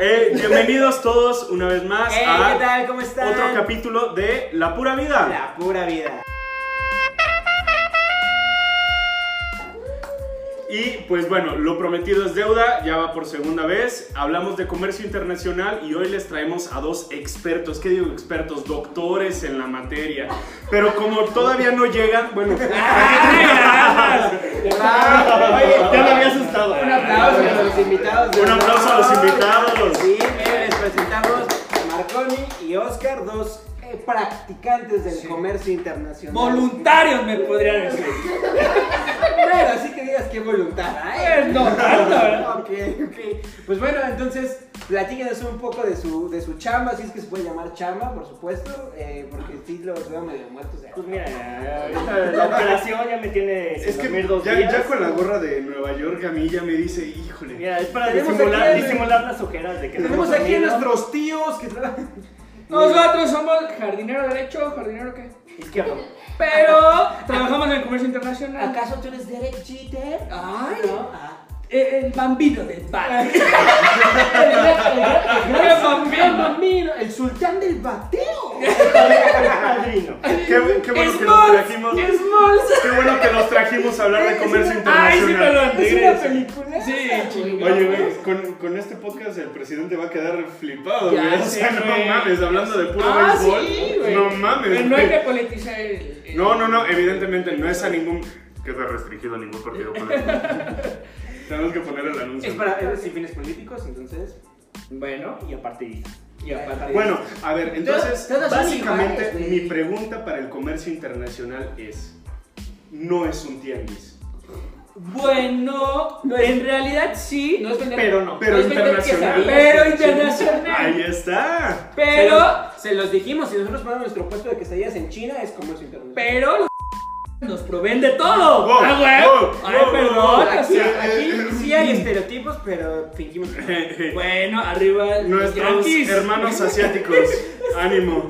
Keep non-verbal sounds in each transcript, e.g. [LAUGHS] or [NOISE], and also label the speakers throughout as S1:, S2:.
S1: Eh, bienvenidos todos una vez más
S2: Hey,
S1: a
S2: Eh, ¿qué tal? ¿Cómo están?
S1: otro capítulo de La Pura Vida.
S2: La pura vida.
S1: Y pues bueno, lo prometido es deuda, ya va por segunda vez. Hablamos de comercio internacional y hoy les traemos a dos expertos, ¿qué digo expertos? Doctores en la materia. Pero como todavía no llegan,
S2: [LAUGHS]
S1: bueno, [LAUGHS]
S2: Oye,
S1: me había asustado.
S2: un aplauso a los invitados. de
S1: Un aplauso a los
S2: honor.
S1: invitados.
S2: Sí, miren, les presentamos a Marconi y Oscar, dos eh, practicantes del comercio internacional.
S3: Voluntarios me podrían decir.
S2: Pero así que digas que voluntaria.
S3: Eh, no tanto, ¿eh?
S2: Ok, ok. Pues bueno, entonces platíquenos un poco de su, de su chamba, si es que se puede llamar chamba, por supuesto, eh, porque sí los veo medio muertos. de
S4: Pues mira, ahorita la operación ya me tiene sin
S1: Es que
S4: dormir dos
S1: ya,
S4: días.
S1: ya con la gorra de Nueva York a mí ya me dice, híjole.
S4: Mira, es para
S2: Tenemos
S4: disimular,
S2: aquí el-
S4: disimular las ojeras de que
S2: Tenemos
S4: no hemos
S2: aquí a
S4: dormido.
S2: nuestros tíos que trabajan.
S3: Nosotros somos jardinero derecho, jardinero qué.
S4: Izquierdo.
S3: Pero trabajamos en el comercio internacional.
S2: ¿Acaso tú eres Derek Jeter?
S3: Ay,
S2: ¿No? Ah.
S3: eh, el bambino del bar.
S2: El gran- el gran- el gran
S3: El bambino.
S2: el bambino, Ah, el sultán del bateo.
S4: Padrino.
S1: Qué, bu- qué bueno que los
S3: Smalls,
S1: trajimos.
S3: Smalls.
S1: Qué bueno que los trajimos a hablar de comercio
S3: Ay, sí,
S1: internacional.
S3: perdón. regresa.
S2: película?
S3: Sí, chingón.
S1: Oye, güey, con, con este podcast el presidente va a quedar flipado,
S3: Ya
S1: güey. O sea,
S3: sé,
S1: no
S3: güey.
S1: mames, hablando de puro
S3: Ah,
S1: béisbol.
S3: sí, güey.
S1: no mames.
S3: Pero no hay que
S1: güey.
S3: politizar el. el-
S1: Este, No, no, no, evidentemente no es a ningún. Queda restringido a ningún partido
S3: [LAUGHS]
S1: político. Tenemos que poner el anuncio.
S2: Es para es sin fines políticos, entonces.
S3: Bueno,
S4: Y apartidista.
S3: y aparte.
S1: Bueno, a ver, entonces,
S2: Todos- todos son
S1: básicamente
S2: iguales,
S1: mi
S2: güey.
S1: pregunta para el comercio internacional es: no es un tianguis.
S3: Bueno, en realidad sí. No es vender-
S2: Pero no.
S1: Pero
S3: es vender
S1: internacional.
S3: quesadillas, Pero internacional.
S1: Ahí está.
S3: [LAUGHS] Pero,
S2: Se los dijimos, si nosotros ponemos nuestro puesto de quesadillas en China, es comercio internacional.
S3: pero los nos proveen de todo.
S1: Wow,
S3: ah, güey.
S1: wow,
S3: Ay,
S1: wow,
S3: perdón.
S1: wow.
S3: o sea,
S1: Eh,
S2: aquí
S1: eh,
S2: sí hay estereotipos, pero fingimos que no.
S3: este, Bueno, arriba los
S1: Nuestros
S3: yanquis.
S1: hermanos asiáticos, ánimo.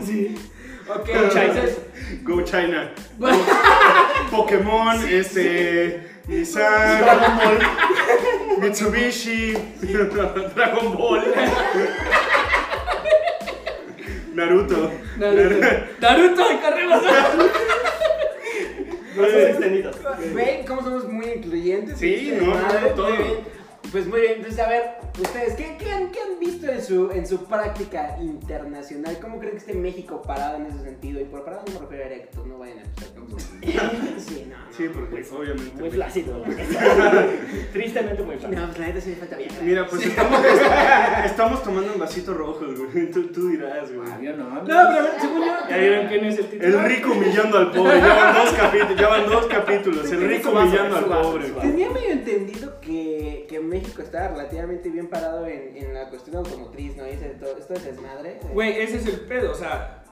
S2: Ok,
S1: Go China.
S4: [LAUGHS]
S2: entonces.
S1: Go China.
S3: Bueno,
S1: Pokémon, este. Nissan. Dragon Ball. Mitsubishi. [LAUGHS] Dragon Ball. Naruto.
S3: Naruto. Naruto, corremos.
S4: Brazos extendidos.
S2: [LAUGHS] ¿Ven cómo somos muy incluyentes?
S1: Sí,
S2: Este,
S1: no,
S2: madre,
S1: no, todo.
S2: muy bien. Pues muy bien, entonces a ver, ustedes, ¿qué, qué han, qué han visto en su, en su práctica internacional? ¿Cómo creen que esté México parado en ese sentido? Y por parado no me refiero a erecto, no vayan a empezar con su- [LAUGHS] Sí, no, no.
S1: Sí, porque obviamente.
S4: Muy flácido. Tristemente muy flácido.
S2: No, pues la neta sí me falta bien.
S1: Mira, pues estamos, estamos tomando un vasito rojo, güey. Tú, tú dirás, güey.
S2: No, pero a ver, según yo.
S4: [LAUGHS] ¿Ya vieron quién es el título?
S1: El rico humillando al pobre. Ya van dos capítulos. Ya van dos capítulos. El rico humillando al pobre. güey.
S2: Tenía medio entendido que, que México estaba relativamente bien parado en, en la cuestión automotriz, ¿no? Y ese, todo, esto es desmadre.
S3: Güey, ese es el pedo, o sea.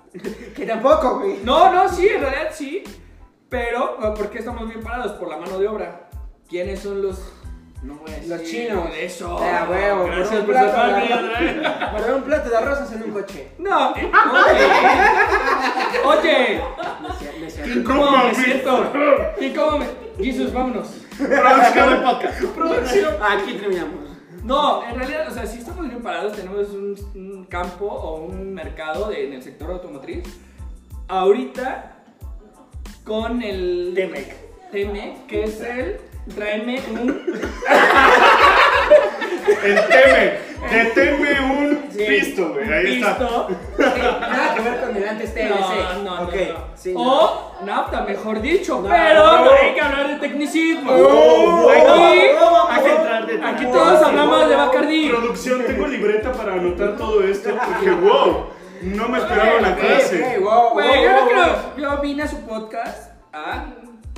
S2: Que tampoco, güey.
S3: No, no, sí, en realidad sí. Pero, ¿por qué estamos bien parados? Por la mano de obra. ¿Quiénes son los.? No, voy a decir
S2: Los chinos.
S3: Eso.
S2: Ah, huevo, por
S3: Gracias
S2: un
S3: por
S2: plato
S3: salvarme,
S2: de
S3: Adra.
S2: arroz. Por un plato de arroz en un coche.
S3: No, eh, oye. Oye.
S2: Me sea- me sea-
S3: ¿Y cómo me siento? ¿Y cómo me.? Jesus, vámonos.
S1: [LAUGHS]
S2: Aquí terminamos.
S3: No, en realidad, o sea, si estamos bien parados, tenemos un, un campo o un mercado de- en el sector automotriz. Ahorita, con el.
S4: Temec.
S3: Temec, que es el. Tráeme [LAUGHS] un.
S1: El teme. Deteme un
S3: Sí,
S1: pisto, güey. Ahí
S3: pisto.
S1: está.
S3: [LAUGHS]
S2: Nada que ver con el antes TLC.
S3: No, no, no,
S2: Ok,
S3: no.
S2: sí, no.
S3: o nafta, mejor dicho.
S2: No.
S3: pero no hay que hablar de tecnicismo.
S1: Oh,
S3: Aquí-
S1: oh,
S4: Hay que entrar de
S3: aquí todos hablamos de Bacardi.
S1: Producción, tengo libreta para anotar todo esto porque wow, no me esperaba la
S2: Ok,
S1: clase.
S2: ok, wow,
S3: Güey,
S2: wow,
S3: yo no
S2: wow,
S3: creo. Yo vine a su podcast a.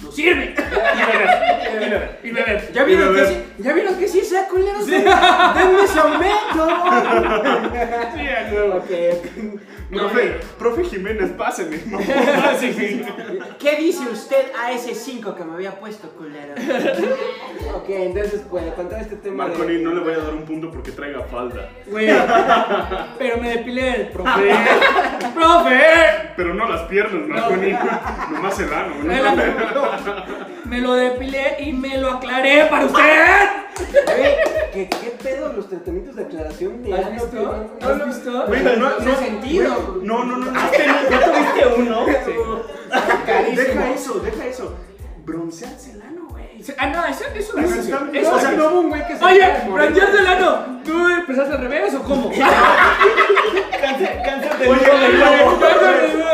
S3: ¡No sirve!
S4: Y beber.
S3: Y beber.
S2: ¿Ya vieron,
S1: Mira, a
S2: que
S1: ver.
S2: sí, ya vieron que sí sea culero. Denme su aumento.
S4: Sí, a huevo.
S2: Ok,
S1: Profe, profe Jiménez, páseme.
S2: ok. ¿Qué dice usted a ese 5 que me había puesto, culero? ok, entonces, bueno, con todo este tema. de-
S1: Marconi, no le voy a dar un punto porque traiga falda.
S3: Güey, pero me depilé el profe. [LAUGHS] ¡Profe!
S1: Pero no las piernas, Marconi. [LAUGHS] Nomás el ano. ¿no?
S3: Me lo- Me lo depilé y me lo aclaré para usted.
S2: Güey, ¿Qué, qué pedo los tratamientos de aclaración de
S3: ¿Has
S2: ano,
S3: visto?
S2: cabrón?
S3: ¿No has visto?
S1: Güey, no, no,
S2: Sin sentido.
S1: güey, No, no, no, no.
S4: ¿No tuviste uno?
S2: Carísimo.
S1: Deja eso, deja eso. Broncearse el ano, güey.
S3: Sí, Ah, no, eso, eso no
S1: Eso
S3: es
S1: está-
S3: eso
S1: o
S3: es-
S1: sea,
S2: no hubo un güey que se
S3: Oye,
S2: fuera a morir.
S3: Rangier Delano, ¿tú empezaste al revés o cómo?
S4: Cáncer, cáncer de
S1: Oye,
S4: nuevo de globo.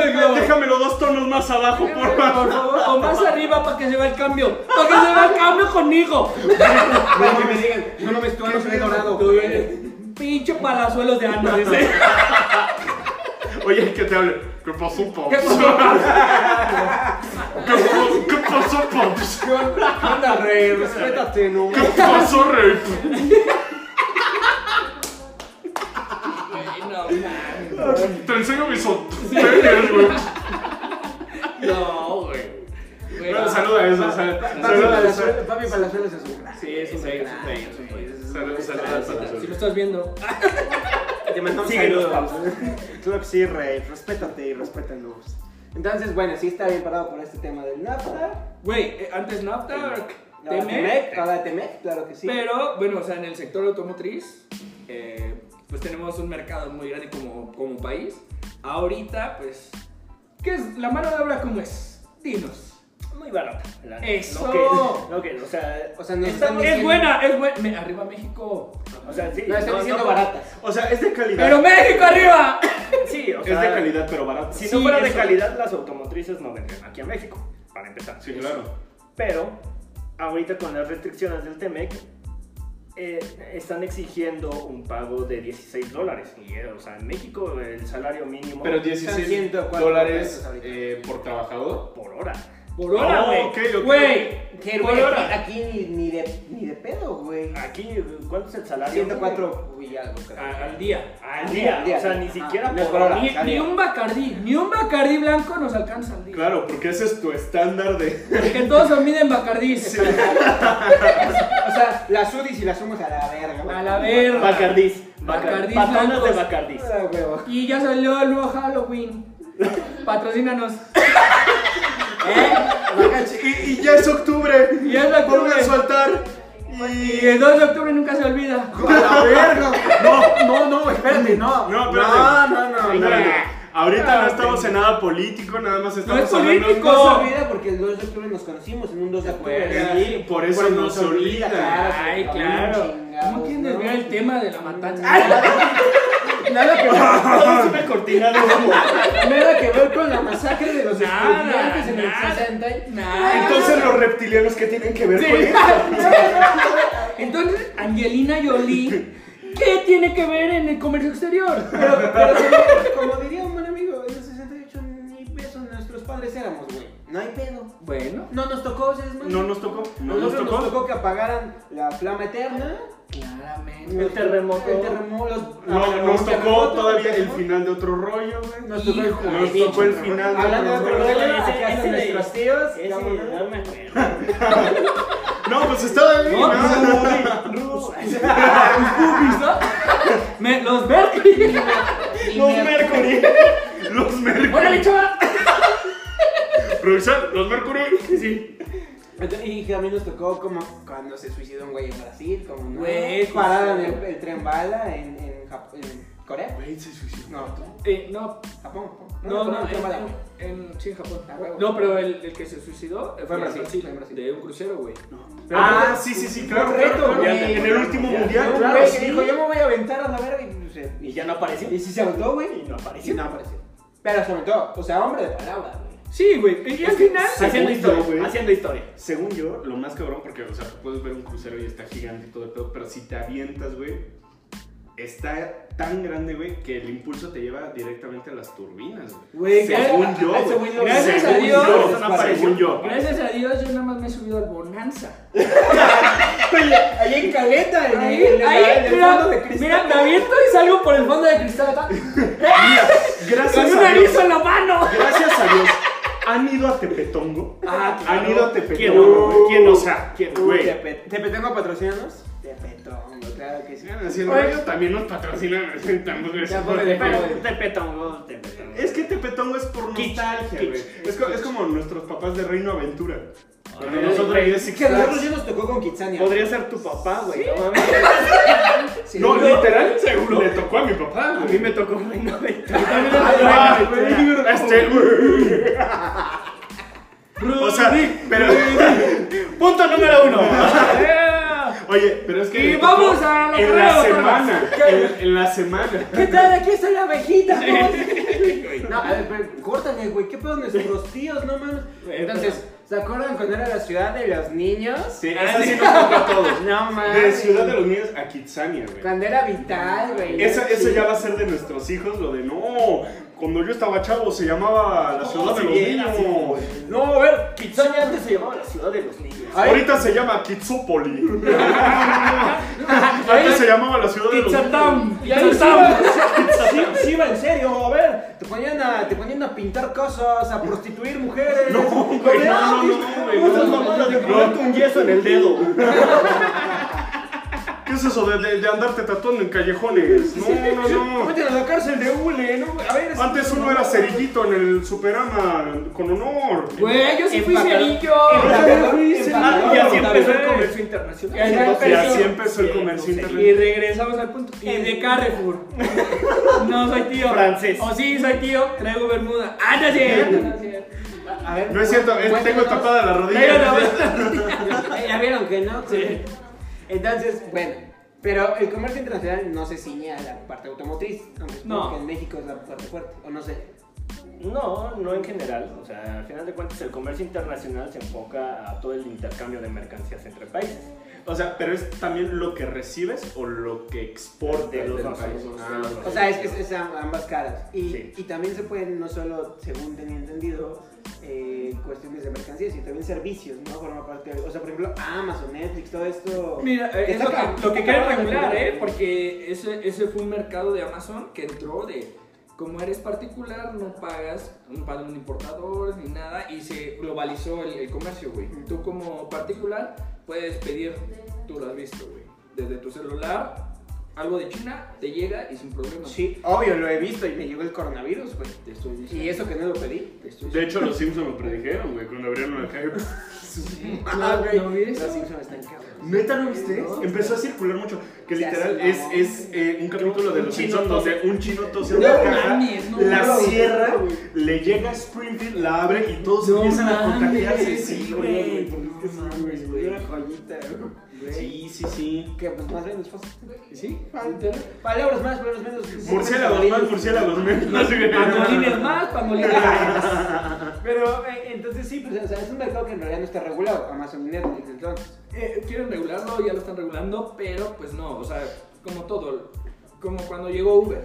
S1: oye, oye, déjamelo dos tonos más abajo, por favor.
S3: Por favor, o más arriba para que se vea el cambio. Para que se vea el cambio conmigo.
S2: Güey, que me digan, no lo ves tú, no soy dorado.
S3: Tú eres pinche palazuelos de ano ese.
S1: Oye, que te hable. ¿Qué pasó, Pops?
S3: ¿Qué pasó?
S1: ¿Qué pasó, ¿Qué pasó, Pops?
S2: Anda, rey, respétate, no.
S1: ¿Qué pasó, Rey?
S3: Ay, no, mames.
S1: Te enseño mis sostenes, güey.
S3: No, güey. Güey,
S1: Bueno,
S3: no.
S1: saluda a eso, sal-
S2: Papi
S1: saluda a eso.
S2: Palazuelos papi Palazuelos es un gran.
S3: Sí, es un rey, es un rey, es un rey.
S1: Saluda, saluda, saluda.
S3: Si lo estás viendo.
S2: Te mandamos
S4: Síguenos,
S2: saludos. [LAUGHS] Claro que sí, rey, respétate y respétanos. Entonces, bueno, sí está bien parado por este tema del NAFTA.
S3: Güey, eh, antes NAFTA,
S2: Ahora
S3: Temec,
S2: Temec, ahora Temec, claro que sí.
S3: Pero bueno, o sea, en el sector automotriz, eh, pues tenemos un mercado muy grande como, como país. Ahorita, pues, ¿qué es la mano de obra cómo es? Dinos.
S4: Muy barata. la-
S3: Eso.
S4: Lo que, lo que, o sea,
S2: O sea, nos
S4: está-
S2: están
S3: Es
S2: diciendo-
S3: buena, es buena. Arriba México.
S4: O sea, sí.
S2: No, están diciendo baratas.
S1: O sea, es de calidad.
S3: Pero México arriba.
S4: Sí, o
S1: es de
S4: sea,
S1: calidad, pero barata.
S4: Si
S3: Sí,
S4: no fuera de
S3: eso.
S4: calidad, las automotrices no vendrían aquí a México, para empezar.
S1: Sí, claro.
S4: Pero, ahorita con las restricciones del TEMEC, eh, están exigiendo un pago de 16 dólares. Y, eh, o sea, en México el salario mínimo
S1: Pero
S2: Están
S1: 16
S2: 104 pesos
S1: dólares
S2: ahorita.
S1: eh, por trabajador.
S4: por hora.
S3: Por hora,
S1: Oh,
S3: güey.
S1: ok, ok.
S3: Güey,
S2: Que,
S3: por
S2: güey, aquí,
S3: hora.
S2: aquí ni, ni de, ni de pedo, güey.
S4: Aquí, ¿cuánto es el salario?
S2: 104 y algo, creo.
S3: A- Al día.
S4: Al día.
S2: Al día,
S4: O sea,
S2: sí.
S4: ni
S2: Ah,
S4: siquiera
S2: no es
S4: por
S2: por hora.
S4: hora.
S3: Ni,
S2: al
S3: ni
S2: día.
S3: un Bacardí, ni un Bacardí blanco nos alcanza al día.
S1: Claro, porque ese es tu estándar
S3: [LAUGHS]
S1: de.
S3: Porque todos se miden Bacardí.
S2: O sea, las UDIs y las sumas a la verga, güey.
S3: A la verga.
S4: Bacardís.
S3: Bacardís
S2: pues.
S4: Bacardís. Patanas de
S3: blancos.
S4: Bacardís.
S2: Ah,
S3: [LAUGHS]
S2: huevo.
S3: Y ya salió el nuevo Halloween. Patrocínanos.
S1: Y, y ya es octubre.
S3: Y ya es la
S1: Pongan
S3: octubre.
S1: su altar.
S3: Y el 2 de octubre nunca se olvida.
S2: A la verga. No, no, no, espérate, no.
S1: No, espérate.
S2: No, no, no.
S1: Espérate. Ahorita
S3: Ah,
S1: no estamos en nada político, nada más estamos
S3: es
S1: hablando-
S3: político.
S2: No se olvida porque el 2 de octubre nos conocimos en un 2 de octubre.
S3: acuerdas?
S1: Sí, por eso no se olvida.
S3: Ay, claro. ¿Cómo quieren desviar el tema de la matanza?
S2: Nada que,
S4: Todo es una cortina de humo.
S2: nada que ver con la masacre de los
S3: Nada,
S2: estudiantes en
S3: nada.
S2: el 60. y-
S3: Nah.
S1: Entonces, los reptilianos, ¿qué tienen que ver
S3: Sí.
S1: con eso?
S3: Entonces, Angelina Jolie, ¿qué tiene que ver en el comercio exterior?
S1: [LAUGHS]
S2: Pero, pero como, como diría un buen amigo, en el 68 ni peso nuestros padres éramos, güey. No hay pedo.
S3: Bueno,
S2: No nos tocó, ese desmadre.
S1: No nos tocó. No nos
S2: Nosotros
S1: tocó.
S2: que apagaran la flama eterna.
S3: claramente.
S4: El terremoto.
S2: El terremoto. los-
S1: No,
S2: los
S1: nos tocó
S2: terremotos,
S1: todavía el
S2: terremotos.
S1: final de otro rollo, güey.
S2: Nos tocó el,
S3: Hijo,
S1: Nos tocó el final de
S2: Hablando de
S1: otro
S2: otro
S1: rollo.
S2: rollo,
S4: Ese-
S2: aquí hacen
S4: ese-
S2: nuestros tíos.
S4: Ese,
S2: ya, bueno.
S4: no me
S2: [LAUGHS]
S4: acuerdo.
S1: No, pues estaba bien.
S3: No,
S1: ¿no?
S4: Rudo.
S3: Pupis, ¿no? Me- los Berkeley.
S4: Los Mercury.
S1: Los Mercury.
S3: ¡Órale, chaval!
S1: Producción, los Mercury. Sí.
S2: Entonces, Y también nos tocó como cuando se suicidó un güey en Brasil, como no.
S3: Güey, sí,
S2: Pararon
S3: sí.
S2: el, el tren bala en, en, Jap- en Corea.
S1: Güey, se suicidó.
S2: No,
S3: Eh, no,
S2: Japón. Japón.
S3: no, no,
S2: el tren bala.
S3: en, en- sí, en Japón.
S2: Ah, huevo.
S3: No, pero el, el que se suicidó eh, fue en Brasil,
S2: fue en Brasil.
S3: de un crucero, güey.
S1: Ah, sí, sí, sí, claro.
S2: Correcto,
S1: claro, claro.
S2: güey.
S1: En el último mundial,
S2: Un
S1: claro.
S2: güey que
S1: sí.
S2: dijo, yo me voy a aventar a la verga y no sé.
S4: Y ya no apareció.
S2: Y sí se aventó, güey.
S4: Y no
S2: Sí,
S4: apareció.
S2: no apareció. Pero se aventó. O sea, hombre de palabra, güey.
S3: Sí, güey. Y al final,
S1: sí.
S4: Haciendo
S1: Según
S4: historia.
S1: yo, güey.
S4: haciendo historia.
S1: Según yo, lo más cabrón, porque, o sea, tú puedes ver un crucero y está gigante y todo el pedo, pero si te avientas, güey, está tan grande, güey, que el impulso te lleva directamente a las turbinas, güey.
S2: Güey,
S1: Según
S2: gracias-
S1: yo,
S2: ese
S1: güey.
S2: güey lo-
S3: Gracias a
S1: Según
S3: Dios,
S1: yo,
S4: eso no apareció.
S1: Según yo.
S3: gracias a Dios, yo nada más me he subido al Bonanza.
S2: Ahí en Caleta, en
S3: Ahí,
S2: el, en el- en
S3: ahí,
S2: el
S3: mira,
S2: fondo de cristal.
S3: mira, me aviento y salgo por el fondo de cristal acá.
S1: Mira,
S3: Con
S1: gracias
S3: un
S1: a Dios.
S3: erizo en la mano.
S1: Gracias a Dios. ¿Han ido a Tepetongo?
S3: Ah,
S1: ¿Han ido a
S4: ¿Quién no,
S1: Tepetongo?
S4: güey? ¿Quién no? O sea,
S1: ¿Quién,
S2: Uy,
S1: güey?
S2: Tepe- Tepetongo patrocinanos. Tepetongo. Claro que sí.
S1: Bueno, haciendo
S4: Oye.
S1: radio también nos patrocinan. [LAUGHS] Tampoco es-
S2: Ya,
S3: pues,
S2: pobre de-
S4: Pero te petongo, te petongo.
S1: Es que Tepetongo es por
S4: Kitsch,
S1: nostalgia,
S4: kitsch,
S1: güey. Es, co- es como nuestros papás de Reino Aventura. Cuando
S4: Ay,
S1: nosotros
S4: güey.
S1: de Six
S2: Que a nosotros
S1: Flags.
S2: ya nos tocó con Kitsania.
S4: Podría ser tu papá, güey. No mames.
S2: Sí.
S1: No, [LAUGHS]
S2: Yo-
S1: literal, seguro. Le tocó a mi papá.
S4: A mí me tocó Reino Aventura.
S1: Ah,
S4: Reino
S1: güey,
S4: Aventura.
S1: ¿verdad? Este, güey. O sea, pero.
S4: Punto número uno.
S1: Oye, pero es que.
S3: Y
S1: le
S3: vamos
S1: tocó
S3: a la
S1: En
S3: carrera
S1: la
S3: otra
S1: semana.
S2: vez.
S1: En, en la semana.
S2: ¿Qué tal? Aquí está la abejita. ¿no? No, a ver, pero córtale, güey. ¿Qué pedo nuestros tíos? No mames. Entonces, ¿se acuerdan cuando era la ciudad de los niños?
S1: Sí, esa Ah, sí nos tocó a todos.
S2: No mames.
S1: De Ciudad de los Niños a Kitsania, güey.
S2: Cuando era vital, güey.
S1: Eso, eso
S2: Sí.
S1: ya va a ser de nuestros hijos, lo de no. Cuando yo estaba chavo se llamaba la ciudad de los niños.
S2: No, a ver, Kitsania antes se
S4: No,
S2: llamaba.
S4: la ciudad de los niños.
S2: Ay,
S1: Ahorita se llama Kitsópoli. Antes se llamaba la ciudad de los niños.
S3: Pizzatam.
S2: y ahí sí iba, sí, sí iba en serio, a ver, te ponían a, te ponían a pintar cosas, a prostituir mujeres.
S1: No, güey, no, no, no, güey, no, no,
S4: Esas
S1: no,
S4: mamadas de
S1: no.
S4: ponerte un yeso en el dedo.
S1: [LAUGHS] ¿Qué es eso de, de- de andarte tatuando en callejones? No, no, no.
S2: Meten a la cárcel de Ule, ¿no? A ver, es-
S1: Antes uno era cerillito en el Superama con honor.
S3: Güey, yo sí fui
S2: Empacado.
S3: cerillo.
S2: Empacado.
S4: Ah, Y así empezó el
S3: Sí.
S4: comercio
S3: Y
S4: internacional.
S3: así
S1: Y así empezó el comercio
S3: Y
S1: internacional.
S3: regresamos al punto. Y de
S2: [LAUGHS]
S3: Carrefour. No soy tío.
S4: Francés.
S3: O sí, soy tío. Traigo Bermuda. Ah, no es cierto, no es cierto.
S2: A ver,
S1: No es cierto, es- tengo [LAUGHS]
S2: cuéntanos.
S1: tapada la
S3: Traigo la
S1: rodilla.
S3: bolsa.
S2: Eh, [LAUGHS] Ya vieron que no.
S3: Sí.
S2: Entonces, bueno, pero el comercio internacional no se ciñe a la parte automotriz, aunque supongo
S3: No.
S2: que en México es la parte fuerte, o no sé.
S4: No, no en general. O sea, al final de cuentas el comercio internacional se enfoca a todo el intercambio de mercancías entre países.
S1: O sea, pero es también lo que recibes o lo que exportas
S4: De los
S1: del
S4: dos,
S1: país.
S4: de los dos,
S1: Ah,
S4: de los dos.
S2: O sea, es, es, es a- ambas caras. Y,
S4: Sí.
S2: y también se pueden, no solo, según tenía entendido, eh, cuestiones de mercancías, sino también servicios, ¿no? Forma parte de- o sea, por ejemplo, Amazon, Netflix, todo esto.
S3: Mira, eh, es
S2: Está
S3: lo que,
S2: acá.
S3: lo que quieren regular, ¿eh? Porque ese, ese fue un mercado de Amazon que entró de. Como eres particular, no pagas un padrón de importadores ni nada y se globalizó el, el comercio, güey. Tú, como particular, puedes pedir, tú lo has visto, güey. Desde tu celular, algo de China, te llega y sin problema.
S2: Sí, obvio, lo he visto y me llegó el coronavirus, pues, güey.
S3: Te estoy diciendo.
S2: Y eso que no lo pedí.
S3: Te estoy
S1: De hecho, los Simpsons lo predijeron, güey, cuando abrieron la calle.
S3: diciendo.
S2: Ah, güey,
S3: ¿No vi eso?
S2: Los Simpsons están cabrones.
S1: ¿Neta no viste?
S2: No.
S1: Empezó a circular mucho. Que
S2: Ya
S1: literal
S2: sé,
S1: es,
S2: mamón.
S1: es eh, un capítulo de
S4: un
S1: Los
S4: chino
S1: Simpsons donde
S4: tose.
S1: un chino tose
S3: No
S1: una caja,
S3: mames, no,
S1: la
S3: no, no,
S1: cierra,
S3: güey.
S1: le llega a Springfield, la abre y todos
S3: No
S1: empiezan a
S3: mames,
S1: contagiarse.
S3: sí,
S1: Sí,
S3: güey.
S1: güey.
S3: No mames, güey.
S2: Una joyita, güey.
S1: Sí, sí, sí.
S2: Que pues más o menos fácil.
S3: ¿Sí? ¿Entero?
S2: Palabras más, palabras menos.
S1: Murciélagos más, murciélagos menos.
S3: Pangolines más, pangolines menos.
S2: Pero eh, entonces sí, pues o sea, es un mercado que en realidad no está regulado. Amazon y Netflix, entonces.
S3: Eh, quieren regularlo, ya lo están regulando, pero pues no, o sea, como todo, como cuando llegó Uber.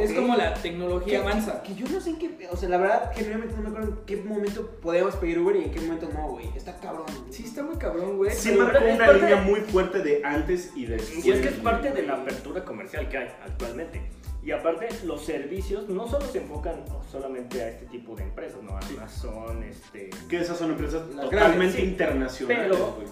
S3: Es
S2: Ok.
S3: como la tecnología avanza.
S2: Que yo no sé en qué. O sea, la verdad, genuinamente no me acuerdo en qué momento podíamos pedir Uber y en qué momento no, güey. Está cabrón. güey.
S3: Sí, está muy cabrón, güey.
S1: Sí
S3: pero
S1: marcó
S3: es
S1: una
S3: parte-
S1: línea muy fuerte de antes y después.
S4: Y es que es parte de la apertura comercial que hay actualmente. Y aparte, los servicios no solo se enfocan solamente a este tipo de empresas, ¿no? Amazon, este...
S1: Que esas son empresas
S2: Las
S1: totalmente
S4: grandes, sí.
S1: internacionales,
S4: Pero-
S1: güey.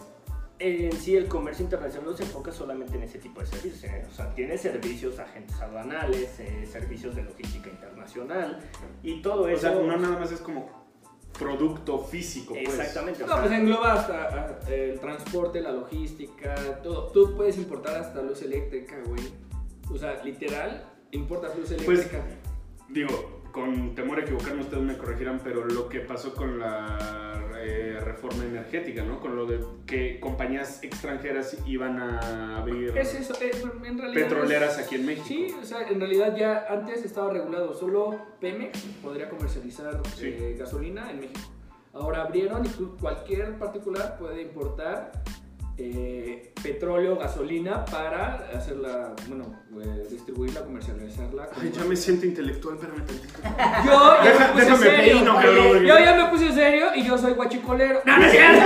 S4: En sí, el comercio internacional no se enfoca solamente en ese tipo de servicios. ¿eh? O sea, tiene servicios a agentes aduanales, eh, servicios de logística internacional y todo
S1: O
S4: eso.
S1: sea, no nada más es como producto físico, pues.
S4: Exactamente. o
S3: No,
S4: sea,
S3: pues engloba hasta ah, el transporte, la logística, todo. Tú puedes importar hasta luz eléctrica, güey. O sea, literal, importas luz
S1: Pues-
S3: eléctrica.
S1: Digo, con temor a equivocarme, ustedes me corregirán, pero lo que pasó con la eh, reforma energética, ¿no? Con lo de que compañías extranjeras iban a abrir
S3: es eso, eh, en realidad.
S1: petroleras aquí en México.
S3: Sí, o sea, en realidad ya antes estaba regulado, solo Pemex podría comercializar
S1: Sí.
S3: eh, gasolina en México. Ahora abrieron y tú- cualquier particular puede importar eh, petróleo, gasolina para hacerla, bueno, eh, distribuirla, comercializarla.
S1: Ay, ya me siento intelectual, espérame tantito.
S3: Yo ya
S1: Deja-
S3: me puse
S1: déjame
S3: serio.
S1: peino, cabrón, porque-
S3: yo ya me puse serio y yo soy guachicolero. ¡No, no es cierto!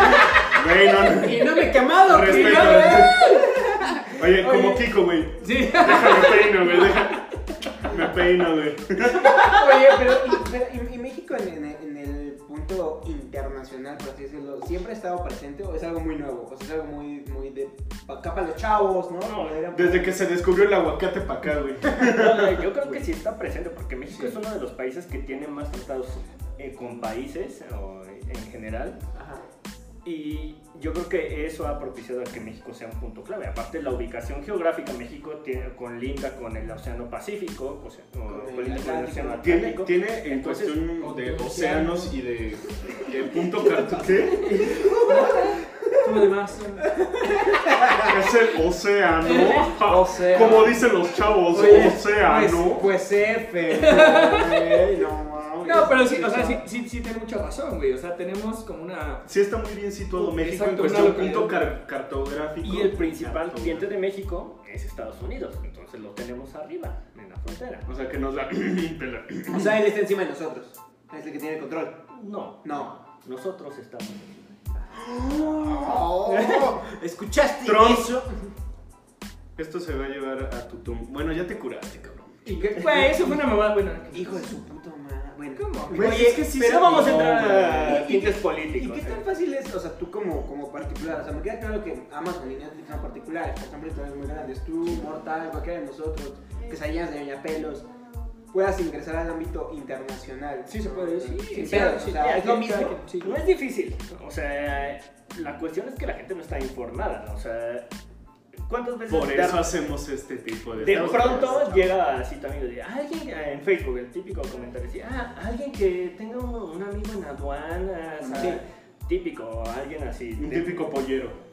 S1: Güey, no, no.
S2: Y no me he quemado,
S1: Respeto.
S2: cuidado, eh.
S1: Oye, como Kiko, güey.
S3: Sí.
S1: Déjame peino, güey. deja- Me peino, güey.
S2: Oye, pero. Y, pero- y- y México en, en- en el punto punto internacional, por así decirlo, siempre ha estado presente o es algo muy nuevo? O sea, es algo muy, muy de pa' acá para los chavos, ¿no? Como era-
S1: Desde que se descubrió el aguacate para acá, güey.
S2: [LAUGHS]
S4: No, yo creo que sí está presente, porque México
S3: Sí.
S4: es uno de los países que tiene más tratados eh, con países o eh, en general.
S2: Ajá.
S4: Y yo creo que eso ha propiciado a que México sea un punto clave. Aparte, la ubicación geográfica, México tiene, colinda con el Océano Pacífico, o sea, o
S2: Con el
S4: colinda con el
S2: Atlántico.
S4: Océano
S1: Tiene,
S4: Atlántico.
S1: tiene en
S4: Entonces,
S1: cuestión de
S3: con-
S1: océanos y de, de punto cartu- ¿Qué?
S3: Tú demás.
S1: Es el océano.
S2: sea.
S1: Como dicen los chavos,
S2: Oye,
S1: océano.
S2: Pues, pues [LAUGHS] F, güey, no mames.
S3: No, pero sí, o sea, sí, sí, sí tiene mucha razón, güey. O sea, tenemos como una.
S1: Sí está muy bien situado México
S3: Exacto,
S1: en
S3: una
S1: cuestión
S3: localidad.
S1: punto car- cartográfico.
S4: Y el principal
S1: Cartográfico.
S4: cliente de México es Estados Unidos, entonces lo tenemos arriba, en la frontera.
S1: O sea, que nos [CLEARS THROAT] da... pela.
S2: O sea, él está encima de nosotros. Es el que tiene el control.
S4: No,
S2: No.
S4: nosotros estamos.
S2: Oh, [LAUGHS] ¿Escuchaste
S1: Trump.
S2: eso?
S1: Esto se va a llevar a tu tumba. Bueno, ya te curaste, cabrón.
S3: Y que, güey, eso fue una mamada. Bueno,
S2: Hijo de su puta madre. Bueno.
S3: ¿Cómo?
S2: Güey,
S4: Oye,
S2: Pues, es que sí
S4: pero
S2: se-
S4: vamos a
S2: no,
S4: entrar a
S2: güey.
S4: tintes
S2: ¿Y
S4: políticos.
S2: qué tan fácil es? O sea, tú como, como particular, o sea, me queda claro que Amazon y Netflix son particulares, por ejemplo, historias muy grandes, tú, Mortal, cualquiera de nosotros, quesadillas de Doña Pelos, puedas ingresar al ámbito internacional.
S3: Sí, se puede, sí,
S2: Sin
S3: sí,
S2: pedos,
S3: sí,
S2: o sea,
S3: sí,
S2: es lo
S3: sí,
S2: mismo.
S3: claro que sí.
S4: No es difícil. O sea, la cuestión es que la gente no está informada. O sea, ¿cuántas veces
S1: Por
S4: de,
S1: eso hacemos este tipo de...
S4: de
S1: cosas?
S4: pronto llega así tu amigo y dice, alguien ah, en Facebook, el típico comentario, dice, ah, alguien que tenga un, un amigo en aduanas, ah,
S2: Sí.
S4: típico, alguien así.
S1: Un
S4: de-
S1: típico pollero.
S4: [LAUGHS]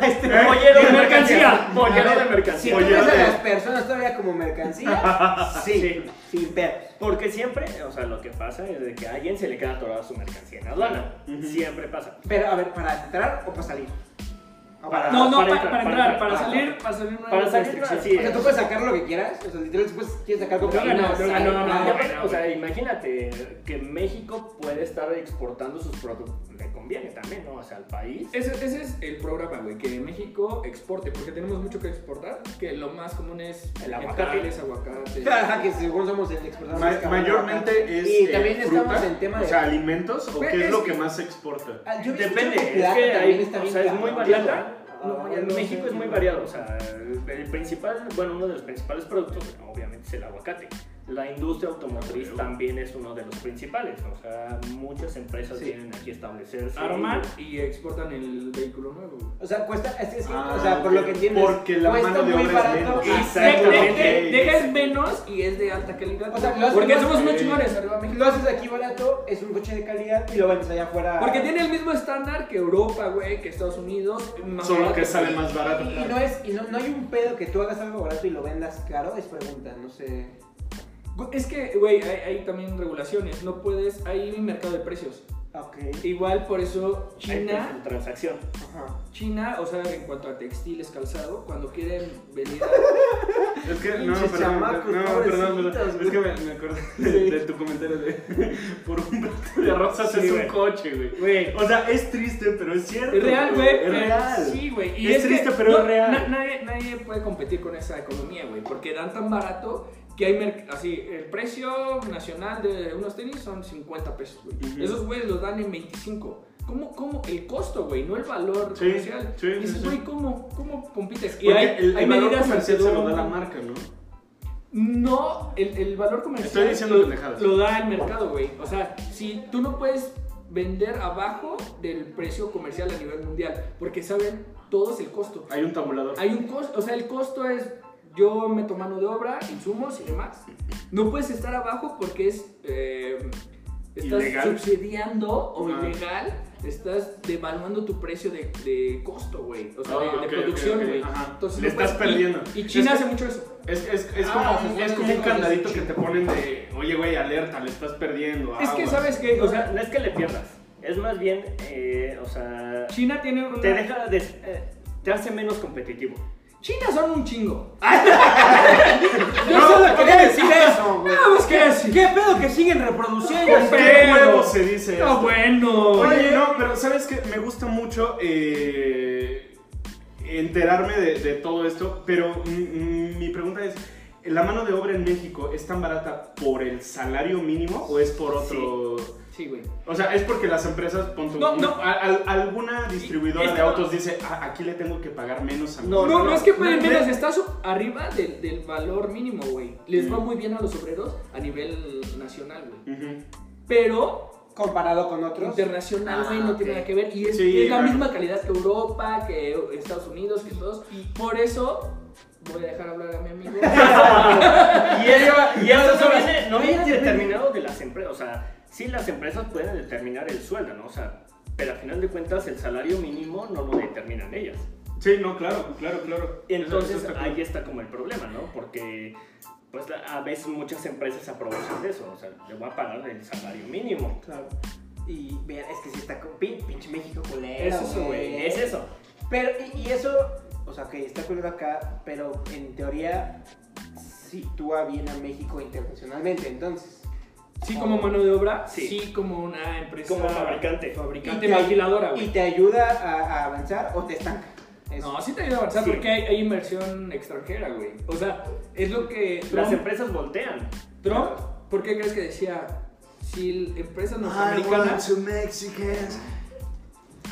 S4: Este,
S1: ¿Eh?
S4: pollero de
S1: ¿Eh?
S4: mercancía. Pollero
S2: A ver,
S4: de
S2: Si
S4: mercancía.
S2: tú
S1: Oye,
S2: ves a
S1: oye.
S2: las personas todavía como mercancía, sí,
S4: Sí.
S2: sin pedos.
S4: [LAUGHS] Porque siempre, o sea, lo que pasa es de que a alguien se le queda atorada su mercancía en aduana.
S1: Ujú.
S4: Siempre pasa.
S2: Pero, a ver, ¿para entrar o para salir? O
S4: Para-
S3: No, no,
S4: Ah, para
S3: pa- para,
S4: entrar, para
S3: entrar,
S4: entrar.
S3: para
S4: Ah,
S3: salir, para salir una
S4: Para salir,
S3: restricción.
S4: sí.
S2: O sea, tú puedes sacar lo que quieras, o sea, literal, después quieres sacar cocaína.
S4: no,
S3: no,
S2: sale.
S3: no, no,
S2: Ah,
S3: no.
S4: Ya, o sea, imagínate que México puede estar exportando sus productos. Le conviene también, ¿no? O sea, al país.
S3: Ese, ese es el programa, güey, que México exporte, porque tenemos mucho que exportar, que lo más común es
S4: El aguacate.
S3: vegetales,
S4: [LAUGHS]
S3: aguacate.
S2: Ajá, que según somos el exportador
S1: Ma-
S2: más cabrón.
S1: mayormente es
S2: Y
S1: eh,
S2: también estamos
S1: fruta,
S2: en tema de.
S1: o sea, alimentos o
S2: Pues,
S1: qué es
S2: es
S1: lo
S2: que-
S1: que más se exporta.
S2: Ah, yo había
S4: Depende,
S2: escuchado
S4: es
S2: plata
S4: que
S2: también
S4: hay-
S2: está
S4: o
S2: bien
S4: sea, es
S2: cabrón.
S4: muy variada.
S2: Ah,
S4: No, en
S2: no
S4: México
S2: sé.
S4: es muy variado, o sea, el principal, bueno, uno de los principales productos, obviamente, es el aguacate. La industria automotriz también es uno de los principales, o sea, muchas empresas
S3: Sí.
S4: vienen aquí a establecerse.
S3: Arman y exportan el vehículo nuevo. güey.
S2: O sea, cuesta, es, es que,
S1: Ah,
S2: o sea, por
S1: ok.
S2: lo que entiendes,
S1: Porque la
S2: cuesta
S1: mano de
S2: muy
S1: obra es
S2: barato.
S1: menos.
S4: Exactamente.
S3: De- de- de- Dejas menos y es de alta calidad.
S2: O sea,
S3: güey.
S2: lo hacen
S3: porque
S2: más-
S3: somos muy chingones arriba México.
S2: Lo haces aquí barato, es un coche de calidad y lo vendes allá afuera.
S3: Porque tiene el mismo estándar que Europa, güey, que Estados Unidos. más
S1: Solo
S3: barato,
S1: que sale
S3: güey.
S1: más barato.
S2: Y, y no es, y no, no hay un pedo que tú hagas algo barato y lo vendas caro, es pregunta, no sé.
S3: Güey, Es que, güey, hay, hay también regulaciones. No puedes. Hay un mercado de precios.
S2: Ok.
S3: Igual por eso China.
S4: China. Transacción.
S2: Ajá.
S3: China, o sea, en cuanto a textiles, calzado, cuando quieren
S1: [LAUGHS]
S3: venir a-
S1: Es que, no,
S2: Pinches
S1: perdón,
S2: chamacos,
S1: no, perdón,
S2: pobrecitos,
S1: perdón, es que me, me acordé
S2: Sí.
S1: de, de tu comentario de [LAUGHS] por un plato de rosas
S4: Sí,
S1: es un
S4: güey.
S1: coche, güey.
S4: Güey,
S1: O sea, es triste, pero es cierto.
S3: Es real, güey.
S1: Es
S3: pero-
S1: real.
S3: Sí, güey. y
S1: Es
S3: que
S1: triste, pero
S3: no-
S1: es real.
S3: na- nadie, nadie puede competir con esa economía, güey. Porque dan tan barato que hay. merc- Así, el precio nacional de unos tenis son 50 pesos, güey.
S1: Ujú.
S3: Esos güeyes los dan en 25. ¿Cómo, cómo? El costo, güey, no el valor
S1: Sí,
S3: comercial.
S1: sí,
S3: Y dices,
S1: sí, sí.
S3: güey, ¿cómo, ¿cómo compites? Y
S1: Porque
S3: hay,
S1: el,
S3: hay
S1: el valor
S3: medidas
S1: comercial se lo
S3: ante-
S1: da la marca, ¿no?
S3: No, el, el valor comercial
S1: Estoy diciendo pendejadas.
S3: lo, lo da el mercado, güey. O sea, si tú no puedes vender abajo del precio comercial a nivel mundial, porque saben todos el costo.
S1: Hay un tabulador.
S3: Hay un costo, o sea, el costo es yo meto mano de obra, insumos y demás. No puedes estar abajo porque es eh, estás
S1: Ilegal.
S3: subsidiando o
S1: Ah.
S3: ilegal, estás devaluando tu precio de, de costo, güey. O sea,
S1: Ah,
S3: de, de
S1: ok, ok,
S3: producción,
S1: ok,
S3: güey.
S1: ajá.
S3: Entonces
S1: Le
S3: no
S1: estás
S3: puedes- y-
S1: perdiendo.
S3: Y, China
S1: Es que-
S3: hace mucho eso.
S1: Es, es, es
S3: Ah,
S1: como,
S3: se
S1: es
S3: supone
S1: como
S3: que
S1: un
S3: sí,
S1: candadito
S3: sí.
S1: que te ponen de, oye, güey, alerta, le estás perdiendo.
S3: es que,
S1: aguas".
S3: ¿sabes qué? O
S4: o sea,
S3: sea,
S4: no es que le pierdas, es más bien, eh, o sea,
S3: China tiene una...
S4: te deja, des- eh, te hace menos competitivo.
S3: China son un chingo.
S2: Yo solo quería decir eso, güey.
S3: Nada más que decir.
S2: ¿Qué pedo que siguen reproduciendo?
S1: ¿Con qué
S3: Pero-
S1: huevo se dice
S3: Ah,
S1: esto?
S3: bueno.
S1: Oye, no, pero ¿sabes qué? Me gusta mucho eh, enterarme de, de todo esto, pero mm, mm, mi pregunta es, ¿la mano de obra en México es tan barata por el salario mínimo o es por otro...
S3: Sí, güey.
S1: O sea, es porque las empresas, pon tú,
S3: No, no.
S1: a- a- alguna distribuidora
S3: es
S1: de
S3: que-
S1: autos dice, "Ah, aquí le tengo que pagar menos a mi
S3: No, no,
S1: cliente".
S3: es que paguen
S4: no,
S3: menos,
S4: no.
S3: estás arriba del, del valor mínimo, güey. Les va
S1: Mm.
S3: muy bien a los obreros a nivel nacional, güey.
S1: Ujú.
S3: Pero
S2: Comparado con otros.
S3: internacional,
S2: Ah,
S3: güey, no
S2: ok.
S3: tiene nada que ver. Y es,
S1: Sí,
S3: es la
S1: claro.
S3: misma calidad que Europa, que Estados Unidos, que todos. Y por eso voy a dejar hablar a mi amigo.
S4: Y eso, y eso
S2: No, no,
S4: no
S2: no,
S4: viene, no
S2: no,
S4: viene
S2: no, no,
S4: determinado de las empresas. O sea, sí las empresas pueden determinar el sueldo, ¿no? O sea, pero al final de cuentas el salario mínimo no lo determinan ellas.
S1: Sí, no, claro, claro, claro.
S4: Entonces
S1: Eso está claro.
S4: ahí está como el problema, ¿no? Porque pues la- a veces muchas empresas aprovechan de eso. O sea, le voy a pagar el salario mínimo.
S2: Claro. Y ver, es que sí está co- pin- pinche México culero.
S4: Es eso, güey. Es eso.
S2: Pero, y, y eso, o sea, que está culero acá, pero en teoría sitúa bien a México internacionalmente, entonces.
S3: Sí, como mano de obra, sí,
S4: Sí.
S3: como una empresa.
S4: Como fabricante.
S3: Fabricante
S2: Y te-
S3: maquiladora,
S2: ¿Y
S3: Ah, güey.
S2: te ayuda a, a avanzar o te estanca? Eso.
S3: No, sí te ayuda a avanzar
S4: Sí.
S3: porque hay, hay inversión extranjera, güey. O sea, es lo que.
S4: Las
S3: Trump,
S4: empresas voltean.
S3: Trump, ¿por qué crees que decía? Si el- empresas norteamericanas.
S5: Mexicans.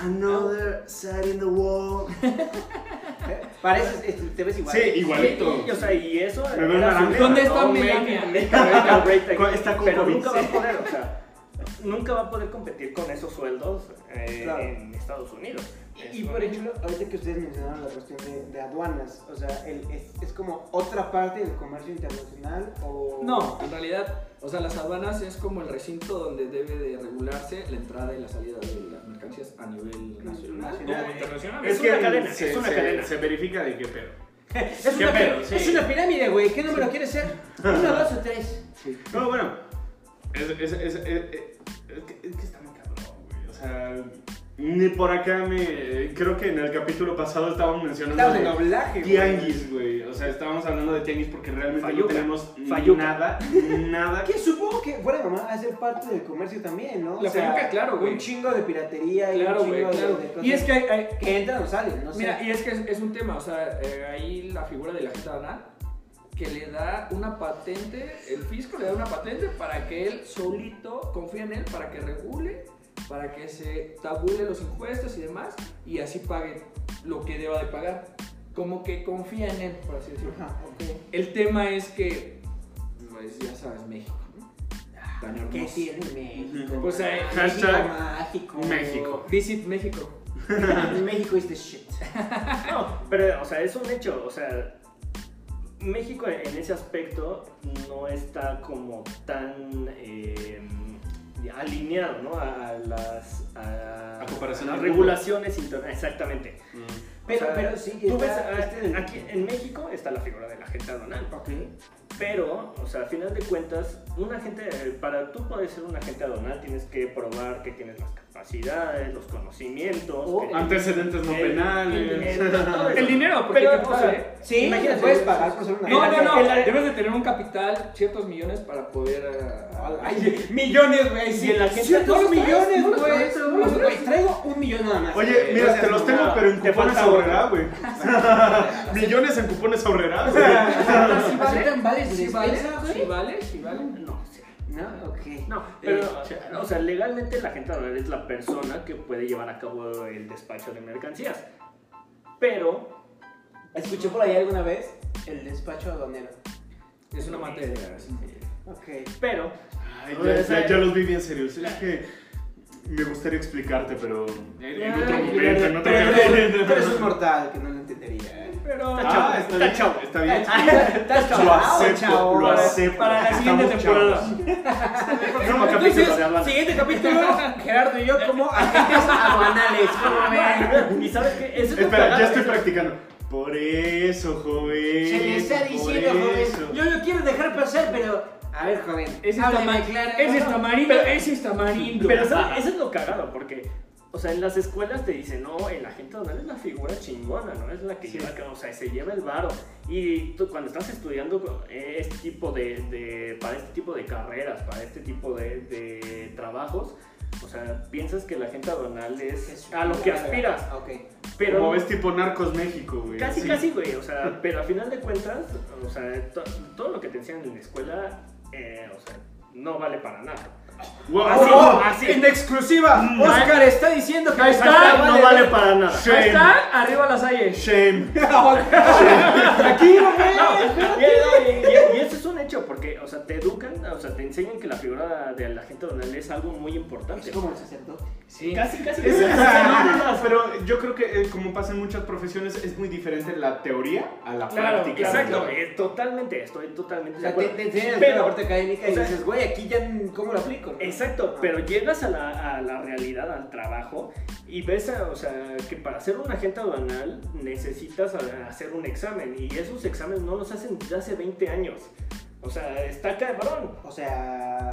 S5: Another side in the wall.
S2: ¿Eh? [LAUGHS] Pareces, este, te ves igual.
S1: Sí, igualito.
S4: Y, y, o sea, y eso.
S1: Me veo
S4: era su-
S1: naranja.
S3: ¿Dónde está
S4: No,
S3: Melania?
S4: make- make or break the-
S1: Co- está con
S4: Pero
S1: COVID,
S4: nunca va a
S1: sí.
S4: poder, o sea, nunca va a poder competir con esos sueldos eh,
S2: Claro.
S4: en Estados Unidos.
S2: Y, y, por ejemplo, ahorita que ustedes mencionaron la cuestión de, de aduanas, o sea, el- es, es como otra parte del comercio internacional o...
S3: No, en realidad, o sea, las aduanas es como el recinto donde debe de regularse la entrada y la salida de las mercancías a nivel nacional.
S2: Nacional.
S3: Como internacional.
S4: Es una cadena,
S1: se,
S4: es una
S1: se-
S4: cadena.
S1: Se verifica de qué pedo.
S2: [LAUGHS] Es, una,
S1: ¿Qué
S2: pi-
S1: pedo? Sí.
S2: es una pirámide, güey. ¿Qué número quieres ser? ¿Uno, dos o tres?
S1: No, bueno. Es, es, es, es- es que, es que está muy cabrón, güey. O sea, ni por acá me. Creo que en el capítulo pasado estábamos mencionando.
S2: Estamos en
S1: de-
S2: doblaje, güey.
S1: Tianguis, güey. O sea, estábamos hablando de tianguis porque realmente no
S4: Fayuca.
S1: tenemos
S4: Fayuca.
S1: nada, nada.
S2: Que supongo que fuera mamá a ser parte del comercio también, ¿no?
S3: La peluca, claro, güey.
S2: Un chingo de piratería y
S3: Claro,
S2: un
S3: güey,
S2: chingo de-
S3: claro.
S2: de cosas
S3: Y es que hay- hay-
S2: que entran o salen, no sé.
S3: Mira, y es que es, es un tema, o sea, eh, ahí la figura de la gitana que le da una patente, el fisco le da una patente para que él solito confíe en él, para que regule, para que se tabule los impuestos y demás, y así pague lo que deba de pagar. Como que confía en él, por así decirlo.
S2: Ajá, ok.
S3: El tema es que, pues ya sabes, México, ¿no? Tan
S2: ¿Qué
S3: Ah, hermoso.
S2: tiene México?
S3: Pues, eh,
S2: México
S1: hashtag
S2: mágico.
S1: México.
S3: Visit México.
S2: México is the shit.
S4: No, pero, o sea, es un hecho, o sea, México en en ese aspecto no está como tan eh, alineado, ¿no? A, a las, a,
S1: A comparación
S4: a las
S1: del mundo.
S4: regulaciones internacionales. Exactamente.
S1: Mm.
S2: Pero,
S4: O sea,
S2: pero sí,
S4: Tú ves,
S2: está-
S4: ah,
S2: este del-
S4: aquí en México está la figura del agente aduanal.
S2: Ok.
S4: Pero, o sea, a final de cuentas, un agente, eh, para tú poder ser un agente aduanal tienes que probar que tienes las capacidades, los conocimientos.
S2: Oh,
S4: que-
S1: Antecedentes no
S4: El-
S1: penales.
S4: el-
S1: [LAUGHS]
S4: todo eso.
S3: El dinero, porque
S4: Ah, pero,
S3: te
S4: o
S3: pasa, ¿eh?
S4: sea,
S2: Sí,
S4: imagínate,
S2: puedes pagar por ser una
S3: No, no, no,
S4: El- el-
S3: debes de tener un capital, ciertos millones para poder... ah,
S2: Ay, millones, güey.
S4: Y en la gente-
S2: Ciertos
S4: no los traes,
S2: millones,
S3: no los
S2: güey.
S3: traes, no los
S2: Güey,
S3: traes.
S2: Traigo un millón nada más. Eh,
S1: Oye, mira, [LAUGHS] te los tengo, pero en
S4: Te
S1: cupones
S4: falta ahorrar.
S1: ahorrerá, güey. [LAUGHS] Millones en cupones ahorrerá,
S2: [LAUGHS]
S1: güey.
S2: ¿Sí valen vales de
S3: ¿Sí vale?
S2: despensa, güey?
S3: ¿Sí vale? ¿Sí vale?
S4: No, sí,
S2: No, ok.
S4: no, pero, o sea, legalmente el agente aduanal es la persona que puede llevar a cabo el despacho de mercancías. Pero,
S2: Escuché por ahí alguna vez el despacho aduanero.
S3: Es una materia. es una materia.
S2: Ok.
S4: pero,
S1: Ay, ya, ya- ya los vi bien serios. Es que me gustaría explicarte, pero en, en otro momento, en otro
S2: Pero,
S1: momento.
S2: pero es un mortal que no lo entendería.
S3: [LAUGHS]
S2: ¿eh?
S3: Pero...
S1: Ah, está bien, chavo, está bien.
S2: Estás
S1: Lo
S2: chavado,
S1: acepto,
S2: chavo.
S1: lo acepto.
S3: Para la siguiente
S1: Estamos
S3: temporada.
S1: chavos.
S4: Próximo capítulo de
S2: Entonces,
S4: Aduana.
S2: siguiente capítulo, Gerardo y yo [LAUGHS] como agentes aduanales. ¿Cómo ven?
S4: y sabes que eso es lo
S1: Espera, ya
S4: cagado.
S1: estoy practicando. Por eso, joven.
S2: Se le está
S1: por
S2: diciendo,
S1: eso.
S2: joven. Yo lo quiero dejar pasar, pero. A ver, joven.
S3: Ese es,
S2: hábleme
S3: tama-
S2: claro.
S3: ese es tamarindo,
S4: Pero-
S3: ese es tamarindo.
S4: Pero ¿sabes? eso es lo cagado, porque, o sea, en las escuelas te dicen, no, el agente aduanal es la figura chingona, ¿no? Es la que lleva, o sea, se lleva el varo. Y tú cuando estás estudiando eh, este tipo de, de- para este tipo de carreras, para este tipo de, de trabajos, o sea, piensas que el agente aduanal es a lo que aspiras,
S2: Ah, Ok.
S4: pero...
S1: Como ves tipo Narcos México, güey.
S4: Casi,
S1: así.
S4: casi, güey.
S1: [LAUGHS]
S4: O sea, pero al final de cuentas, o sea, to- todo lo que te enseñan en la escuela, eh, o sea, no vale para nada.
S1: Wow,
S3: Ah,
S4: Así,
S1: wow.
S4: así.
S3: En exclusiva, Oscar está diciendo que
S1: Ahí
S4: Hashtag
S1: está,
S4: no vale, para nada.
S1: Shame.
S4: Ahí está, arriba las hay.
S1: [LAUGHS] Shame.
S3: Tranquilo, güey.
S4: Y, y- y eso es un hecho, porque, o sea, te educan, o sea, te enseñan que la figura de la gente donal es algo muy importante.
S2: Es como el sacerdote.
S3: Sí.
S4: Casi, casi.
S1: Es- [LAUGHS]
S4: o sea, no, no, no, pero-
S1: pero yo creo que eh, como pasa en muchas profesiones es muy diferente la teoría a la
S4: Claro,
S1: práctica.
S4: exacto, eh, totalmente, estoy totalmente
S2: O
S4: de
S2: sea, te,
S4: acuerdo.
S2: te enseñan
S4: Pero-
S2: la parte académica y
S4: o sea-
S2: dices, güey, aquí ya, n- ¿cómo lo aplico? Ah.
S4: Exacto, pero llegas a la, a la realidad, al trabajo, y ves, a- o sea, que para ser un agente aduanal necesitas a- hacer un examen, y esos exámenes no los hacen desde hace 20 años. O sea, está cabrón.
S2: O sea,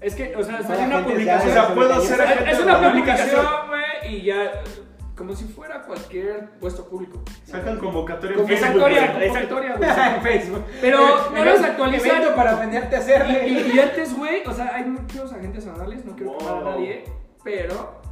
S4: Es que, o sea, es
S2: Para gente
S4: una
S1: O
S2: ya-
S4: publicación.
S1: sea, puedo ser agente
S4: Es una
S1: aduanal.
S4: publicación,
S3: güey, y ya. eh, Como si fuera cualquier puesto público.
S1: Sacan convocatoria en Facebook.
S4: Convocatoria,
S1: güey.
S4: convocatoria, güey.
S2: pues, en Facebook.
S3: Pero no los actualizan.
S2: Evento para aprenderte a
S3: [LAUGHS] Y,
S2: hacerle.
S3: y antes, güey, o sea, hay muchos agentes aduanales, no quiero
S4: Wow.
S3: quemar a nadie, pero.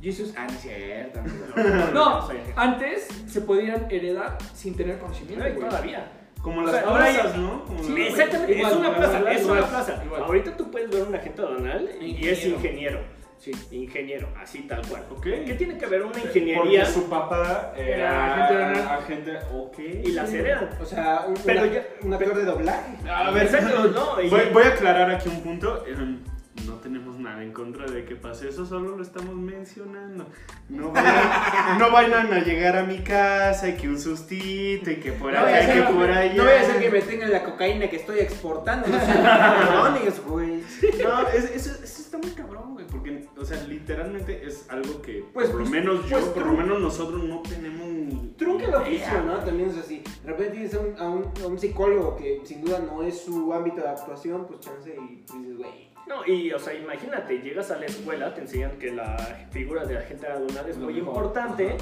S3: Jesus, ah, no es cierto.
S4: No,
S3: No,
S4: soy agente.
S3: antes se podían heredar sin tener conocimiento,
S4: Ay,
S3: güey.
S4: Todavía.
S1: Como
S4: O
S1: las
S4: sea, ahora ya-
S1: plazas, ¿no? Como
S3: Sí,
S1: las-
S4: Exactamente,
S3: Igual,
S4: es una
S3: igual,
S4: plaza,
S3: igual,
S4: es una
S3: igual.
S4: plaza.
S3: Igual.
S4: Ahorita tú puedes ver un agente aduanal y es ingeniero.
S3: Sí.
S4: Ingeniero, así tal cual.
S1: Ok.
S4: ¿Qué tiene que ver una
S1: Porque
S4: ingeniería
S1: su papá
S3: Era
S1: era
S3: agente aduanal.
S1: agente. Ok.
S4: y las heredan?
S2: O sea, un,
S4: Pero
S2: una-
S4: ya-
S2: un actor de doblaje.
S1: A ver,
S4: Exacto,
S3: [LAUGHS]
S4: no, y-
S1: voy, voy a aclarar aquí un punto. Eh, No tenemos nada en contra de que pase eso, solo lo estamos mencionando. No vayan, no vayan a llegar a mi casa y que un sustito y que por
S2: No voy a
S1: acá y
S2: hacer-
S1: que por allá.
S2: no voy a hacer que me tengan la cocaína que estoy exportando. No sé, cabrones, güey.
S1: No, es- eso, eso está muy cabrón, güey, porque, o sea, literalmente es algo que,
S2: Pues,
S1: por lo
S2: pues,
S1: menos yo,
S2: pues,
S1: por lo menos nosotros no tenemos ni...
S2: Trunca el
S1: ni
S2: oficio,
S1: idea.
S2: ¿no? También es así. De repente tienes a un, a un- a un psicólogo que sin duda no es su ámbito de actuación, pues chance y tú dices, güey.
S4: No, y o sea, imagínate, llegas a la escuela, te enseñan que la figura de agente aduanal es
S3: Lo
S4: muy
S3: mejor.
S4: importante.
S3: Ajá.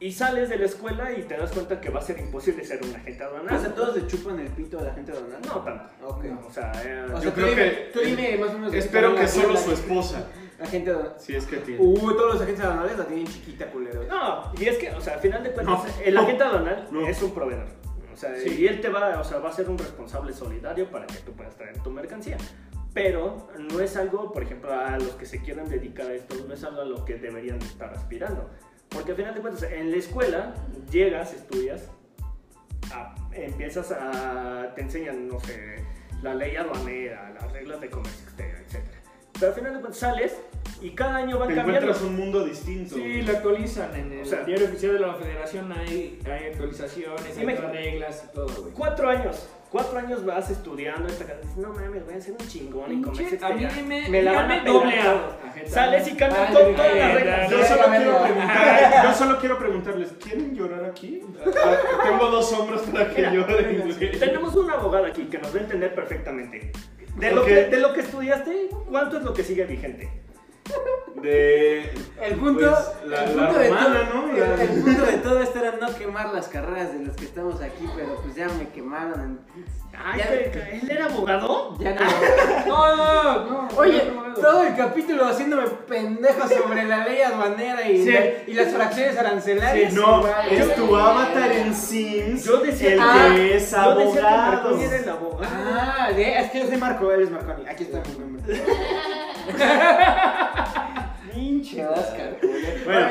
S4: Y sales de la escuela y te das cuenta que va a ser imposible ser un agente aduanal.
S2: O sea, todos le chupan el pito a la gente aduanal.
S4: No tanto.
S2: Pues Ok.
S4: O sea, eh,
S2: O sea,
S1: Yo
S2: tú
S1: creo
S2: dime-
S1: que-
S2: tú dime más o menos. de
S1: Espero
S2: cuál
S1: que
S2: es la-
S1: solo
S2: la-
S1: su esposa,
S2: La gente aduanal.
S1: si es que tiene.
S2: Uh, todos los agentes aduanales la tienen chiquita, culero.
S4: No, y es que, o sea, al final de cuentas,
S1: No.
S4: el agente aduanal
S1: No.
S4: es un proveedor. O sea,
S1: Sí.
S4: y él te va, o sea, va a ser un responsable solidario para que tú puedas traer tu mercancía. Pero no es algo, por ejemplo, a los que se quieran dedicar a esto, no es algo a lo que deberían estar aspirando. Porque al final de cuentas, en la escuela llegas, estudias, a- empiezas a. te enseñan, no sé, la ley aduanera, las reglas de comercio exterior, etc. Pero al final de cuentas sales y cada año van
S1: Te
S4: cambiando.
S1: encuentras un mundo distinto.
S3: Sí,
S1: güey.
S3: lo actualizan en el
S4: O sea,
S3: diario oficial de la federación hay, hay actualizaciones, hay
S4: Dime-
S3: nuevas reglas y todo, güey.
S4: Cuatro años. Cuatro años vas estudiando esta carrera. Dices, no mames, voy a ser un chingón en comercio
S3: A mí
S4: exterior.
S3: dime,
S4: Me la van a
S3: dígame
S4: pelar
S3: doble A.
S4: todos. Sales y cambian to-
S3: Ay,
S4: todas las
S3: ay,
S4: reglas.
S1: Yo
S2: Sí,
S1: solo,
S2: a ver,
S1: quiero
S2: no.
S1: preguntar, yo solo quiero preguntarles, ¿quieren llorar aquí? Ah, Tengo dos hombros para que lloren. güey.
S4: Tenemos un abogado aquí que nos va a entender perfectamente. De, lo
S1: Ok.
S4: que, de lo que estudiaste, ¿cuánto es lo que sigue vigente?
S1: De...
S2: El punto,
S1: Pues, la-
S2: el
S1: la
S2: punto de
S1: romana,
S2: todo,
S1: ¿no?
S2: el-
S1: La-
S2: el punto de todo esto era no quemar las carreras de las que estamos aquí, pero pues ya me quemaron.
S4: Ay,
S2: Ya-
S4: pero- ¿él era abogado?
S2: Ya no.
S3: No, no, no, no.
S2: Oye,
S3: no, no, no.
S2: todo el capítulo haciéndome pendejo sobre la ley aduanera y,
S4: Sí.
S2: y las fracciones arancelarias.
S1: No,
S2: Güey.
S1: es tu avatar en Sims.
S4: Yo decía
S1: el
S2: Ah,
S1: que es
S4: Yo decía que
S1: abogado.
S4: Marconi era el abogado.
S2: Ah, de- es que yo soy Marco, él es Marconi. Aquí está mi nombre.
S3: [LAUGHS]
S4: Pinche.
S2: Oscar.
S1: Bueno,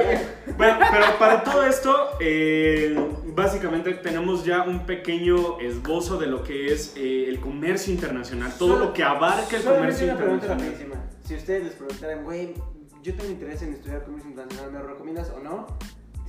S1: bueno, pero para todo esto, eh, básicamente tenemos ya un pequeño esbozo de lo que es eh, el comercio internacional, todo
S2: Solo-
S1: lo que abarca el
S2: Solamente
S1: comercio
S2: una pregunta
S1: internacional.
S2: rapidísima. Si ustedes les preguntaran, güey, yo tengo interés en estudiar comercio internacional, ¿me lo recomiendas o no?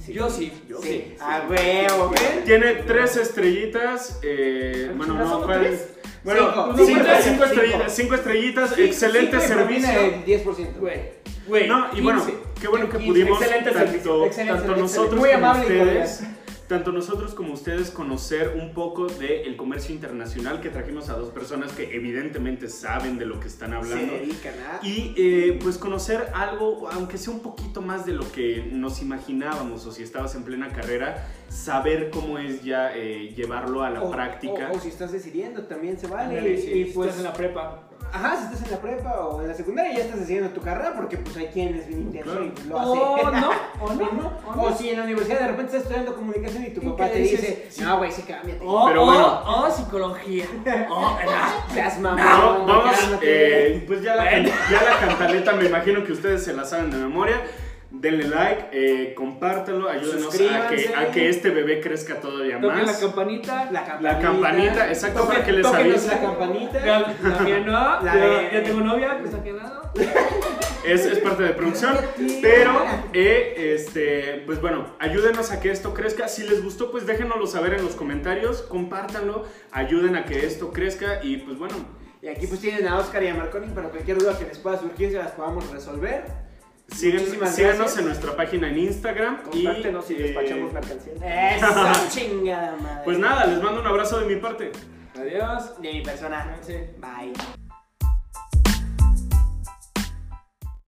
S3: Yo sí.
S4: Yo
S2: Sí. Ah, huevo, ¿ven?
S1: Tiene tres estrellitas. eh, bueno,
S4: ¿No
S1: no,
S4: son
S1: ¿cuál?
S4: tres?
S1: Bueno,
S2: Cinco.
S1: cinco, cinco
S4: Cinco.
S1: estrellitas, cinco estrellitas,
S3: Sí,
S1: excelente
S3: cinco y
S1: servicio.
S2: Viene el 10%.
S3: Güey. Güey.
S1: No, y bueno,
S3: 15.
S1: qué bueno que
S2: 15,
S1: pudimos
S4: excelente
S1: tanto,
S4: servicio,
S2: excelente,
S1: tanto
S2: excelente.
S1: nosotros
S2: Muy
S1: como
S2: amable y
S1: ustedes, tanto nosotros como ustedes conocer un poco del comercio internacional que trajimos a dos personas que evidentemente saben de lo que están
S2: Se
S1: hablando.
S2: dedican a.
S1: Y eh, pues conocer algo, aunque sea un poquito más de lo que nos imaginábamos o si estabas en plena carrera, saber cómo es ya eh, llevarlo a la
S2: o-
S1: práctica.
S2: O, o si estás decidiendo, también se vale.
S3: Ándale,
S2: y,
S3: sí,
S2: y pues.
S3: estás en la prepa.
S2: Ajá, si estás en la prepa o en la secundaria ya estás haciendo tu carrera porque pues hay quienes
S1: Mm,
S2: bien intenso y pues, lo hace.
S3: O Oh, no, o
S2: O
S3: no,
S2: no. Oh,
S3: o
S2: [LAUGHS]
S3: no.
S2: O si en la universidad de repente estás estudiando comunicación y tu
S3: ¿Y
S2: papá
S3: qué
S2: te
S3: dices?
S2: dice, no, güey, sí, Oh, cámbiate.
S3: O,
S1: Pero
S3: o-
S1: bueno.
S3: o psicología. O-
S2: Seas
S1: No,
S2: mamón,
S1: vamos,
S2: cálmate.
S1: eh, pues ya la, can- ya la cantaleta me imagino que ustedes se la saben de memoria. Denle like, eh, compártelo, ayúdenos a que, a que este bebé crezca todavía
S3: [LAUGHS] Toquen la
S1: más.
S3: campanita.
S2: La campanita.
S1: La campanita, exacto,
S2: Toque-
S1: para que les
S2: tóquenos
S1: avise.
S2: la campanita.
S3: La, la mía no,
S2: La
S3: yo,
S2: de-
S3: yo tengo novia que está aquí al lado.
S1: Es, es parte de producción. Pero, eh, este, pues bueno, ayúdenos a que esto crezca. Si les gustó, pues déjenoslo saber en los comentarios, compártanlo, ayuden a que esto crezca y pues bueno,
S2: Y aquí pues tienen a Oscar y a Marconi para cualquier duda que les pueda surgir se las
S1: [LAUGHS]
S2: podamos resolver.
S1: síguenos-
S2: Muchísimas
S1: síganos
S2: gracias.
S1: en nuestra página en Instagram. y,
S4: Compártenos y
S1: eh,
S4: despachamos mercancía.
S2: Esa chingada madre.
S1: Pues nada, les mando un abrazo de mi parte.
S3: Adiós.
S2: De mi persona.
S3: Sí.
S2: Bye.